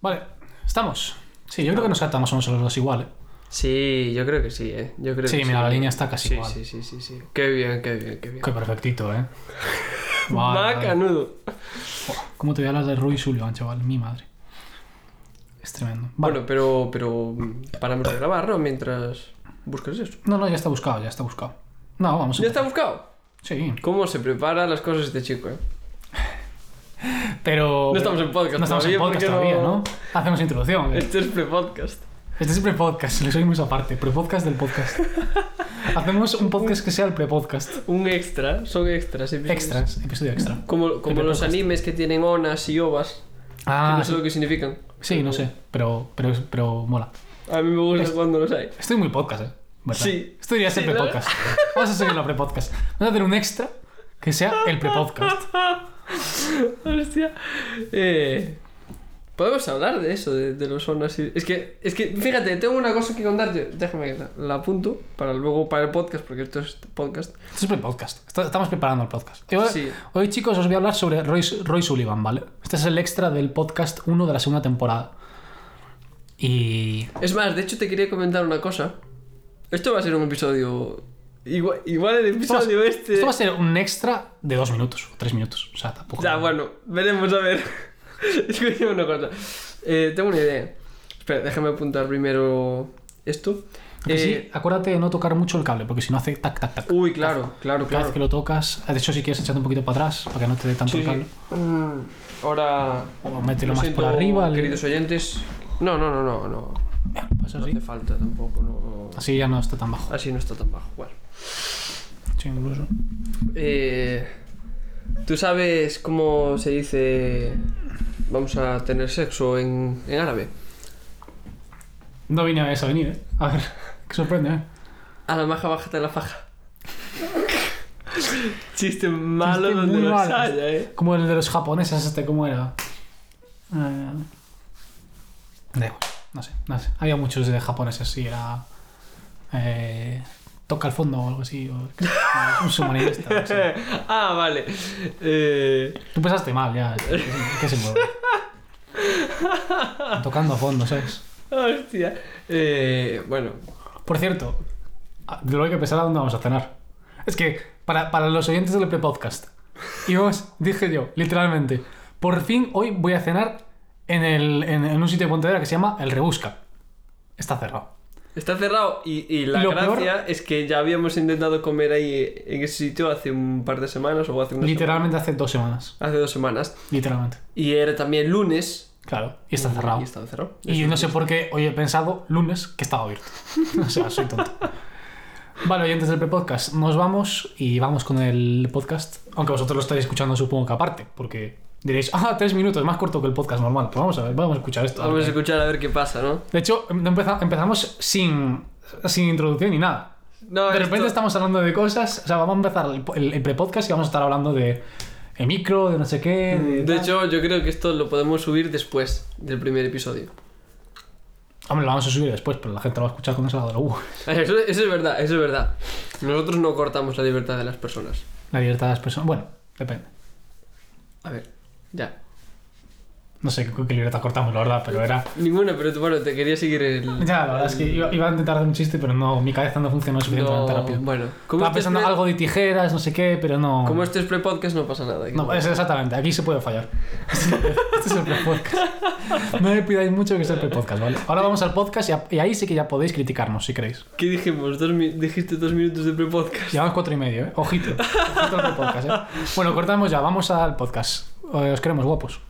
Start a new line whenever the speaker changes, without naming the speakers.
Vale, estamos. Sí, yo creo que nos salta más o menos a los dos igual, ¿eh?
Sí, yo creo que sí, ¿eh? Yo creo
Sí,
que
mira, la línea está casi
sí,
igual.
Sí, sí, sí, sí. Qué bien, qué bien, qué bien.
Qué perfectito, ¿eh? Vale, vale.
Macanudo.
¿Cómo te voy a hablar de Ruy Sullivan, chaval? Mi madre. Es tremendo. Vale.
Bueno, pero, pero paramos de grabar, ¿no? Mientras buscas eso.
No, no, ya está buscado, ya está buscado. No, vamos a...
¿Ya está buscado?
Sí.
¿Cómo se prepara las cosas este chico, eh?
Pero...
No estamos en podcast
No estamos en
todavía,
podcast
¿por qué
todavía,
no?
¿no? Hacemos introducción. ¿eh?
Este es pre-podcast.
Este es pre-podcast, lo oímos aparte. Pre-podcast del podcast. Hacemos un podcast que sea el pre-podcast.
Un extra, son extras. episodios.
Extras, episodio extra.
Como, como
El
los
pre-podcast.
animes que tienen onas y ovas.
Ah,
que no sé
sí.
lo que significan.
sí, no sé, pero, pero, pero mola.
A mí me gusta cuando los hay.
Estoy muy podcast, ¿eh? ¿Verdad?
Sí.
Esto debería ser
Sí, ¿no?
pre-podcast. Vamos a seguir la pre-podcast. Vamos a hacer un extra que sea el pre-podcast.
Hostia. Eh, Podemos hablar de eso, de, de los onas y... Es que, es que, fíjate, tengo una cosa que contarte. Déjame que la, la apunto para luego para el podcast, porque esto es podcast.
Esto es pre-podcast. Esto- Estamos preparando el podcast. Y hoy,
Sí.
hoy, chicos, os voy a hablar sobre Roy, Roy Sullivan, ¿vale? Este es el extra del podcast 1 de la segunda temporada. Y.
Es más, de hecho te quería comentar una cosa. Esto va a ser un episodio... Igual, igual el episodio este...
Esto va a ser un extra de dos minutos o tres minutos. O sea, tampoco.
Ya, bueno, veremos a ver. Escucha una cosa. Eh, tengo una idea. Espera, déjame apuntar primero esto.
Aunque sí,
Eh,
acuérdate de no tocar mucho el cable, porque si no hace tac, tac, tac.
Uy, claro, claro,
Cada
claro.
vez que lo tocas, de hecho, si quieres echarte un poquito para atrás para que no te dé tanto
Sí,
el cable,
mm, Ahora.
o mételo
lo
más
siento,
por arriba. el-
Queridos oyentes. No, no, no, no. No,
Pues
no
así.
hace falta tampoco. No...
Así ya no está tan bajo.
Así no está tan bajo. Bueno.
Sí, incluso.
Eh, ¿Tú sabes cómo se dice. Vamos a tener sexo en, en árabe?
No vine a eso a venir, ¿eh? A ver, que sorprende, ¿eh?
A la maja, bájate la faja. Chiste malo
Chiste
donde
muy
los
malo.
haya, eh.
Como el de los japoneses, este, ¿cómo era? Eh, da igual, no sé, no sé. Había muchos de japoneses, sí, era. eh, toca al fondo o algo así, o. un submarinista. no sé.
ah, vale. Eh,
Tú pensaste mal, ya. ¿Qué se mueve? Tocando a fondo, ¿sabes?
hostia. Eh, bueno,
Por cierto, ah, de lo que pensar a dónde vamos a cenar. Es que, para, para los oyentes del pre-podcast, íbamos- dije yo, literalmente, por fin hoy voy a cenar en, el, en, en un sitio de Pontevedra que se llama El Rebusca. Está cerrado.
Está cerrado y, y la
Y lo
gracia es que ya habíamos intentado comer ahí en ese sitio hace un par de semanas o hace una
Literalmente hace dos semanas.
semana- hace dos semanas
Literalmente.
y era también lunes
Claro, y está cerrado.
Mm, y estaba cerrado.
Y no sé por qué hoy he pensado lunes que estaba abierto. O sea, soy tonto. Vale, oyentes del pre-podcast, nos vamos y vamos con el podcast. Aunque vosotros lo estáis escuchando, supongo que aparte, porque diréis, ah, tres minutos, más corto que el podcast normal. Pero vamos a ver, vamos a escuchar esto.
Vamos a escuchar a ver qué pasa, ¿no?
De hecho, no empeza- empezamos sin, sin introducción ni nada.
No,
De repente
esto-
estamos hablando de cosas, o sea, vamos a empezar el, po- el- el pre-podcast y vamos a estar hablando de el micro, de no sé qué. De,
Mm, De
tal.
hecho, yo creo que esto lo podemos subir después del primer episodio.
Hombre, lo vamos a subir después, pero la gente lo va a escuchar cuando salga de la U.
Eso, eso es verdad, eso es verdad. Nosotros no cortamos la libertad de las personas.
La libertad de las personas. Bueno, depende.
A ver, ya.
No sé con qué libreta cortamos, la verdad, pero era.
Ninguna, pero tú- bueno, te quería seguir el...
Ya, la verdad es que iba, iba a intentar hacer un chiste, pero no, mi cabeza no funcionó suficientemente
No,
rápido.
Bueno, como
Estaba
esto es
pensando
pre-
algo de tijeras, no sé qué, pero no.
como esto es pre-podcast no pasa nada. aquí.
No, es exactamente, aquí se puede fallar. este es el pre-podcast. No me pidáis mucho que sea el pre-podcast, ¿vale? Ahora vamos al podcast y, a- y ahí sí que ya podéis criticarnos si queréis.
¿Qué dijimos? Dos mi- dijiste dos minutos de pre-podcast.
Llevamos cuatro y medio, ¿eh? Ojito. Ojito al pre-podcast, ¿eh? Bueno, cortamos ya, vamos al podcast. Eh, Os queremos guapos.